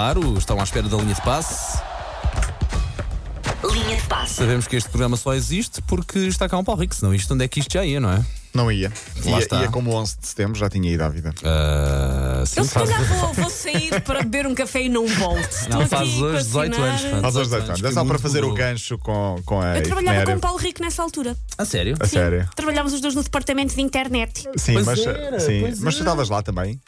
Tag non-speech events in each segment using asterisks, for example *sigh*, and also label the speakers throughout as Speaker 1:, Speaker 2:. Speaker 1: Claro, estão à espera da linha de passe.
Speaker 2: Linha de passe.
Speaker 1: Sabemos que este programa só existe porque está cá um Paulo Rico, senão isto onde é que isto já ia, não é?
Speaker 3: Não ia.
Speaker 1: Lá
Speaker 3: ia,
Speaker 1: está.
Speaker 3: ia como o 11 de setembro, já tinha ido à vida.
Speaker 1: Ah, sim,
Speaker 2: Eu se
Speaker 1: faz,
Speaker 2: calhar vou, vou sair para beber um café e não volto. Estou
Speaker 1: não,
Speaker 2: aqui
Speaker 1: faz hoje 18
Speaker 2: fascinada.
Speaker 1: anos. pá,
Speaker 3: Aos 18 anos. É
Speaker 1: que
Speaker 3: só
Speaker 1: muito
Speaker 3: para fazer o
Speaker 1: mudou.
Speaker 3: gancho com, com a.
Speaker 2: Eu trabalhava com
Speaker 3: efeméride.
Speaker 2: o Paulo Rico nessa altura.
Speaker 1: A sério?
Speaker 3: A sério.
Speaker 2: Trabalhávamos os dois no departamento de internet.
Speaker 3: Sim,
Speaker 1: Pois
Speaker 3: mas,
Speaker 1: era,
Speaker 3: sim.
Speaker 1: pois
Speaker 3: mas tu
Speaker 1: era.
Speaker 3: estavas lá também.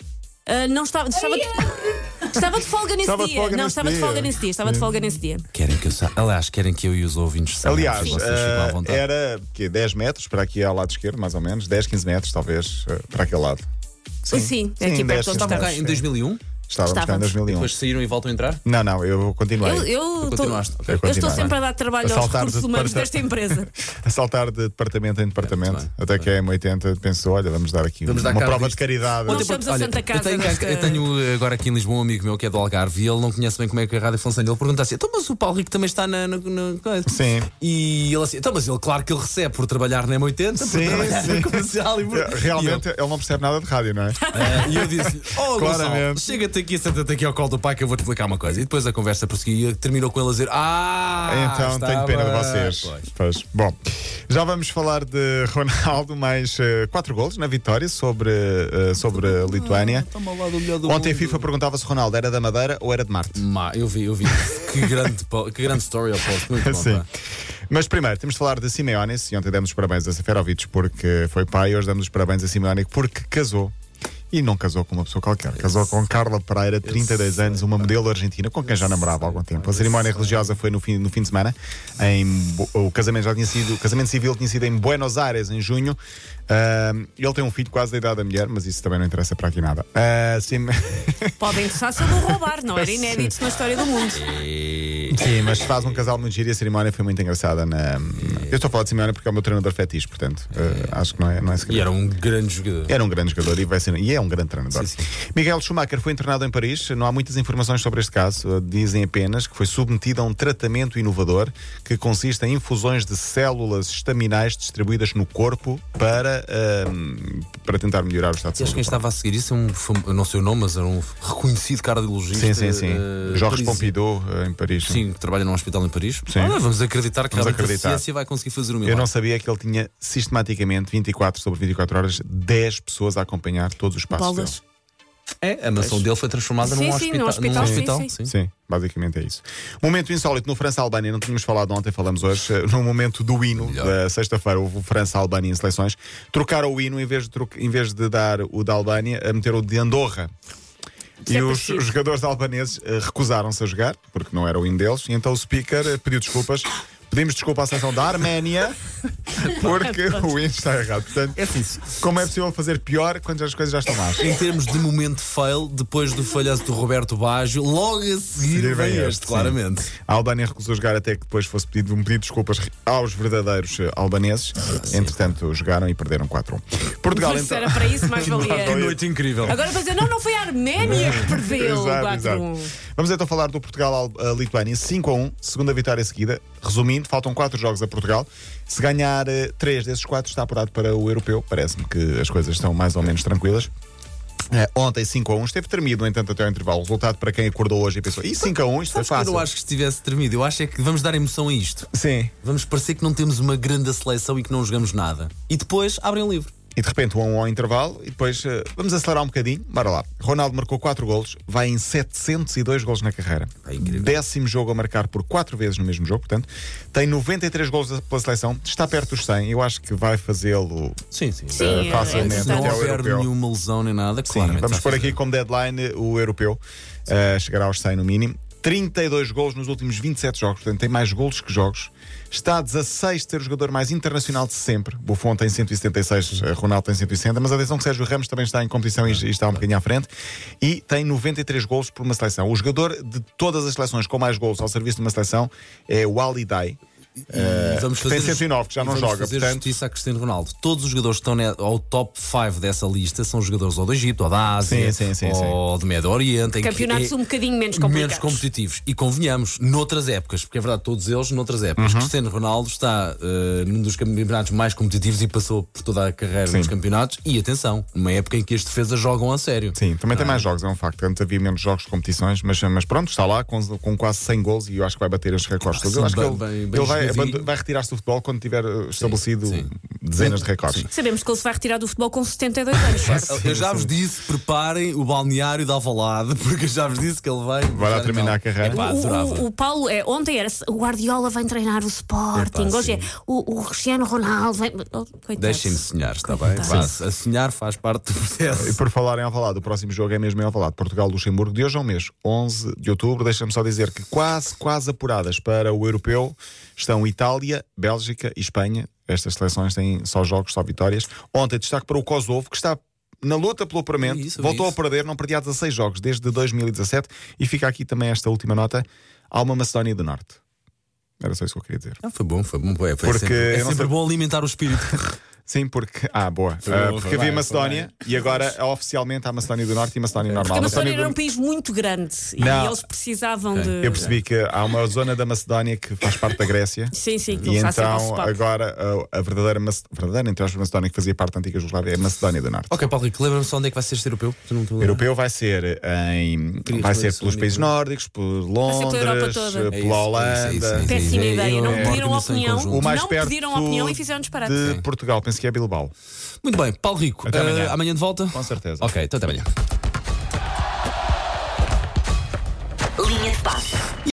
Speaker 2: Ah, não estava. Estava de, estava de folga nesse
Speaker 3: Estava de
Speaker 2: dia.
Speaker 3: folga
Speaker 2: não,
Speaker 3: nesse
Speaker 2: estava de
Speaker 3: dia.
Speaker 2: folga nesse dia. Estava de folga nesse dia.
Speaker 1: Querem que eu sa... Aliás, querem que eu e os ouvintes saibam.
Speaker 3: Aliás,
Speaker 1: vocês ficam à
Speaker 3: eh,
Speaker 1: vontade.
Speaker 3: era quê? 10 metros para aqui ao lado esquerdo, mais ou menos. 10, 15 metros, talvez, eh, para aquele lado.
Speaker 2: Sim, é aqui
Speaker 3: 10,
Speaker 2: perto onde
Speaker 3: 15
Speaker 2: estava.
Speaker 1: Estavam cá
Speaker 3: metros,
Speaker 1: em 2001,
Speaker 3: sim. Estávamos cá em
Speaker 2: Estávamos.
Speaker 3: 2001.
Speaker 1: depois saíram e voltam a entrar?
Speaker 3: Não, não, eu continuei.
Speaker 2: Eu, eu, tô-
Speaker 1: Continuaste, ok.
Speaker 2: eu estou
Speaker 3: Continuar.
Speaker 2: sempre a dar trabalho aos
Speaker 3: Assaltar
Speaker 2: recursos
Speaker 3: de
Speaker 2: humanos
Speaker 3: departa-
Speaker 2: desta empresa.
Speaker 3: *laughs* A saltar de departamento em departamento.
Speaker 1: muito bem.
Speaker 3: até que a M80 pensou: olha, vamos dar aqui um-
Speaker 1: Vamos
Speaker 3: uma,
Speaker 1: dar cara
Speaker 3: prova
Speaker 1: disto.
Speaker 3: de caridade.
Speaker 2: Não somos a
Speaker 1: Então, olha,
Speaker 2: Santa Casa
Speaker 1: eu, tenho,
Speaker 2: desta-
Speaker 1: cá- eu tenho agora aqui em Lisboa um amigo meu que é do Algarve e ele não conhece bem como é que a rádio funciona. Ele pergunta assim: então, mas o Paulo Rico também está na. na, na coisa?"
Speaker 3: Sim.
Speaker 1: E ele assim: então, mas ele, claro que ele recebe por trabalhar na M80, por
Speaker 3: Sim,
Speaker 1: trabalhar na
Speaker 3: sim. É,
Speaker 1: comercial e por...
Speaker 3: Realmente, ele não percebe nada de rádio, não é?
Speaker 1: E eu disse-lhe: Oh, Gonçalo,
Speaker 3: Claramente.
Speaker 1: chega-te aqui, senta-te aqui ao colo do pai que eu vou-te explicar uma coisa. E depois a conversa prosseguiu e terminou com ele a dizer: Ah,
Speaker 3: Então
Speaker 1: está
Speaker 3: tenho pena de
Speaker 1: bem."
Speaker 3: vocês.
Speaker 1: Pois.
Speaker 3: Pois. Bom, já vamos falar de Ronaldo, mais eh, quatro golos na vitória sobre, eh, sobre a Lituânia.
Speaker 1: Ah, Toma lá do melhor do
Speaker 3: Ontem a
Speaker 1: mundo.
Speaker 3: FIFA perguntava se Ronaldo era da Madeira ou era de Marte.
Speaker 1: Má, eu vi, eu vi. que, grande, po- que grande story ao posto. Muito bom,
Speaker 3: Sim.
Speaker 1: pá.
Speaker 3: Mas primeiro, temos de falar de Simeones. E ontem demos os parabéns a Seferovic porque foi pai. e Hoje damos os parabéns a Simeone porque casou. E não casou com uma pessoa qualquer. Casou com Carla Pereira, 32 anos, uma modelo argentina com quem já namorava há algum tempo. A cerimónia religiosa foi no fim, no fim de semana. Em, Bo- o casamento já tinha sido. O casamento civil tinha sido em Buenos Aires, em junho. Ahm, ele tem um filho quase da idade da mulher, mas isso também não interessa para aqui nada. Ah, sim, *laughs*
Speaker 2: Podem interessar se eu vou roubar, não era inédito na história do mundo.
Speaker 3: sim, mas faz um casal muito giro e a cerimónia foi muito engraçada. Na, eu estou a falar de Simeone porque é o meu treinador fetiche, portanto, ah, acho que não é, não é segredo.
Speaker 1: E era um grande jogador.
Speaker 3: Era um grande jogador e, vai ser, e é um grande treinador.
Speaker 1: Sim, sim.
Speaker 3: Miguel Schumacher foi internado em Paris. Não há muitas informações sobre este caso. Eh, Dizem apenas que foi submetido a um tratamento inovador que consiste em infusões de células estaminais distribuídas no corpo para, ahm, para tentar melhorar o estado de
Speaker 1: Acho que quem
Speaker 3: saúde.
Speaker 1: estava a seguir isso é um, fam- eu não sei o nome, mas era um reconhecido cardiologista.
Speaker 3: Sim, sim, sim.
Speaker 1: eh, parisi-
Speaker 3: Jorge Pompidou eh, em Paris.
Speaker 1: Sim, que trabalha num hospital em Paris.
Speaker 3: Sim.
Speaker 1: Olha, vamos acreditar que
Speaker 3: Vamos
Speaker 1: realmente a
Speaker 3: acreditar.
Speaker 1: ciência vai conseguir fazer o
Speaker 3: Eu
Speaker 1: milagre.
Speaker 3: não sabia que ele tinha sistematicamente 24 sobre 24 horas 10 pessoas a acompanhar todos os passos dele.
Speaker 2: Bolas.
Speaker 1: É, a mansão dele foi transformada
Speaker 2: Sim,
Speaker 1: num,
Speaker 2: sim,
Speaker 1: hospital,
Speaker 2: num hospital, sim, sim.
Speaker 3: Sim, basicamente é isso. Momento insólito no França-Albânia, não tínhamos falado ontem, falamos hoje. eh, No momento do hino
Speaker 1: Melhor.
Speaker 3: da sexta-feira, houve o França-Albânia em seleções. Trocaram o hino em vez de, tro- em vez de dar o da Albânia, a meter o de Andorra.
Speaker 2: é
Speaker 3: E os
Speaker 2: parecido.
Speaker 3: os jogadores albaneses eh, recusaram-se a jogar, porque não era o hino deles, e então o speaker eh, pediu desculpas. Pedimos desculpa à seleção da Arménia, porque o hino está errado. Portanto,
Speaker 1: É isso.
Speaker 3: como é possível fazer pior quando as coisas já estão más?
Speaker 1: Em termos de momento fail, depois do falhaço do Roberto Baggio, logo a seguir
Speaker 3: Seguir
Speaker 1: vem
Speaker 3: vem
Speaker 1: este,
Speaker 3: este, sim.
Speaker 1: claramente.
Speaker 3: A Albânia recusou jogar até que depois fosse pedido um pedido de desculpas aos verdadeiros eh, albaneses. Entretanto, jogaram e perderam 4-1. Portugal,
Speaker 2: Mas se
Speaker 3: então. *laughs*
Speaker 2: era para isso, mais
Speaker 1: Que
Speaker 2: valia.
Speaker 1: noite incrível.
Speaker 2: Agora vou dizer, não, não foi a Arménia
Speaker 3: *laughs*
Speaker 2: que perdeu o
Speaker 3: Exato, exato.
Speaker 2: 4-1.
Speaker 3: Vamos então falar do Portugal-Lituânia 5 a 1, segunda vitória seguida. Resumindo, faltam 4 jogos a Portugal. Se ganhar 3 desses 4, está apurado para o europeu. Parece-me que as coisas estão mais ou menos tranquilas. Eh, ontem 5 a 1 esteve tremido, no entanto, até ao intervalo. O resultado para quem acordou hoje e pensou: e 5 a 1, isto foi
Speaker 1: Sabes que eu
Speaker 3: fácil.
Speaker 1: não acho que estivesse tremido. Eu acho é que vamos dar emoção a isto.
Speaker 3: Sim.
Speaker 1: Vamos parecer que não temos uma grande seleção e que não jogamos nada. E depois abrem livre.
Speaker 3: E de repente um a um ao intervalo e depois eh, vamos acelerar um bocadinho. Bora lá. Ronaldo marcou 4 golos, vai em 702 golos na carreira.
Speaker 1: É incrível.
Speaker 3: Décimo jogo a marcar por 4 vezes no mesmo jogo, portanto. Tem 93 golos pela seleção, está perto dos 100. Eu acho que vai fazê-lo
Speaker 1: Sim, sim.
Speaker 2: Sim,
Speaker 3: eh,
Speaker 2: é,
Speaker 3: facilmente
Speaker 2: é
Speaker 1: Se não
Speaker 3: até ao
Speaker 1: houver
Speaker 3: europeu.
Speaker 1: nenhuma lesão nem nada,
Speaker 3: Sim,
Speaker 1: claramente.
Speaker 3: vamos
Speaker 1: vai
Speaker 3: pôr
Speaker 1: fazer.
Speaker 3: aqui como deadline o europeu. eh, chegará aos 100 no mínimo. 32 golos nos últimos 27 jogos, portanto tem mais golos que jogos. Está a 16 de ser o jogador mais internacional de sempre. Buffon tem 176, eh, Ronaldo tem 160, mas atenção que Sérgio Ramos também está em competição e, e está um bocadinho à frente. E tem 93 golos por uma seleção. O jogador de todas as seleções com mais golos ao serviço de uma seleção é o Ali Dai.
Speaker 1: E vamos
Speaker 3: que tem 109, que já
Speaker 1: e
Speaker 3: não
Speaker 1: vamos
Speaker 3: joga,
Speaker 1: fazer
Speaker 3: portanto-
Speaker 1: justiça a Cristiano Ronaldo. Todos os jogadores que estão ne- ao top 5 dessa lista são jogadores ou do Egito, ou da Ásia,
Speaker 3: Sim, sim, sim, sim.
Speaker 1: ou do Médio Oriente. em que
Speaker 2: Campeonatos
Speaker 1: é
Speaker 2: um bocadinho menos
Speaker 1: Menos
Speaker 2: complicados.
Speaker 1: competitivos. E convenhamos, noutras épocas, porque é verdade, todos eles, noutras épocas.
Speaker 3: Uhum.
Speaker 1: Cristiano Ronaldo está eh, num dos campeonatos mais competitivos e passou por toda a carreira
Speaker 3: Sim.
Speaker 1: nos campeonatos. E atenção, numa época em que as defesas jogam a sério.
Speaker 3: Sim, também tem mais jogos, é um facto. Antes havia menos jogos de competições, mas, mas pronto, está lá com, com quase 100 gols e eu acho que vai bater os recordes. todos.
Speaker 1: Ah, sim,
Speaker 3: eu acho
Speaker 1: bem-
Speaker 3: que ele,
Speaker 1: bem- bem
Speaker 3: ele vai,
Speaker 1: jogado e-
Speaker 3: abando- vai retirar-se do futebol quando tiver uh, estabelecido
Speaker 1: sim.
Speaker 3: dezenas de recordes.
Speaker 2: Sabemos que ele se vai retirar do futebol com 72 anos. certo?
Speaker 1: Eu já vos disse, preparem o balneário de Alvalade, *laughs* porque eu já vos disse que ele vai.
Speaker 3: Vai lá terminar a carreira.
Speaker 1: É pá, adorava.
Speaker 2: O, o- o Paulo, é, ontem era o Guardiola vem treinar o Sporting,
Speaker 1: Epá,
Speaker 2: hoje é
Speaker 1: sim.
Speaker 2: o, o Cristiano Ronaldo. Vem... Oh, coitado.
Speaker 1: Deixem-me sonhar, está bem? Vá, a sonhar faz parte do
Speaker 3: E
Speaker 1: processo.
Speaker 3: por falar em Alvalade, o próximo jogo é mesmo em Alvalade, Portugal-Luxemburgo, de hoje a um mês, 11 de outubro. Deixa-me só dizer que quase, quase apuradas para o europeu estão Itália, Bélgica e Espanha. Estas seleções têm só jogos, só vitórias. Ontem destaque para o Kosovo, que está na luta pelo apuramento,
Speaker 1: Eu vi isso, eu vi
Speaker 3: voltou a
Speaker 1: isso.
Speaker 3: perder, não perdia 16 jogos desde 2017. E fica aqui também esta última nota: há uma Macedónia do Norte. Era só isso que eu queria dizer.
Speaker 1: Ah, foi bom, foi bom. Foi, foi
Speaker 3: Porque
Speaker 1: sempre, é
Speaker 3: eu não
Speaker 1: sempre
Speaker 3: sei-
Speaker 1: bom alimentar o espírito. *laughs*
Speaker 3: Sim, porque. Ah, boa.
Speaker 1: Foi
Speaker 3: Ah,
Speaker 1: bom, foi
Speaker 3: porque havia
Speaker 1: bem, É.
Speaker 3: Macedónia e agora oficialmente há Macedónia do Norte e Macedónia normal.
Speaker 2: Porque a Macedónia
Speaker 3: do-
Speaker 2: era um país muito grande
Speaker 3: Não.
Speaker 2: e eles precisavam
Speaker 1: Ok.
Speaker 2: de.
Speaker 3: Eu percebi que há uma zona da Macedónia que faz parte da Grécia.
Speaker 2: Sim, sim, que
Speaker 3: E
Speaker 2: eles fazem
Speaker 3: então
Speaker 2: nosso papo.
Speaker 3: agora a, a verdadeira, Mace- verdadeira entre aspas, Macedónia que fazia parte da antiga Jugoslávia é a Macedónia do Norte.
Speaker 1: ok, Paulo Rico, lembra-me só onde é que vai ser este europeu? Tu não te
Speaker 3: O
Speaker 1: lembras?
Speaker 3: europeu vai ser em
Speaker 1: Queria
Speaker 3: vai
Speaker 1: saber
Speaker 3: ser
Speaker 1: se
Speaker 3: pelos
Speaker 1: o
Speaker 3: países
Speaker 1: nível-
Speaker 3: nórdicos, por
Speaker 2: ser pela Europa
Speaker 3: Londres, eh,
Speaker 2: toda.
Speaker 1: É
Speaker 3: pela
Speaker 1: isso,
Speaker 3: Holanda.
Speaker 1: é isso, é isso, é isso.
Speaker 2: Péssima ideia, não
Speaker 1: É uma
Speaker 2: pediram
Speaker 1: organização em
Speaker 2: opinião.
Speaker 1: conjunto.
Speaker 3: O mais
Speaker 2: Não
Speaker 3: perto
Speaker 2: pediram opinião e fizeram um disparate.
Speaker 3: de
Speaker 1: Sim.
Speaker 3: Portugal, penso que é Bilbao.
Speaker 1: Muito bem, Paulo Rico,
Speaker 3: Até
Speaker 1: eh,
Speaker 3: amanhã.
Speaker 1: amanhã de volta?
Speaker 3: Com certeza.
Speaker 1: Ok, então até amanhã.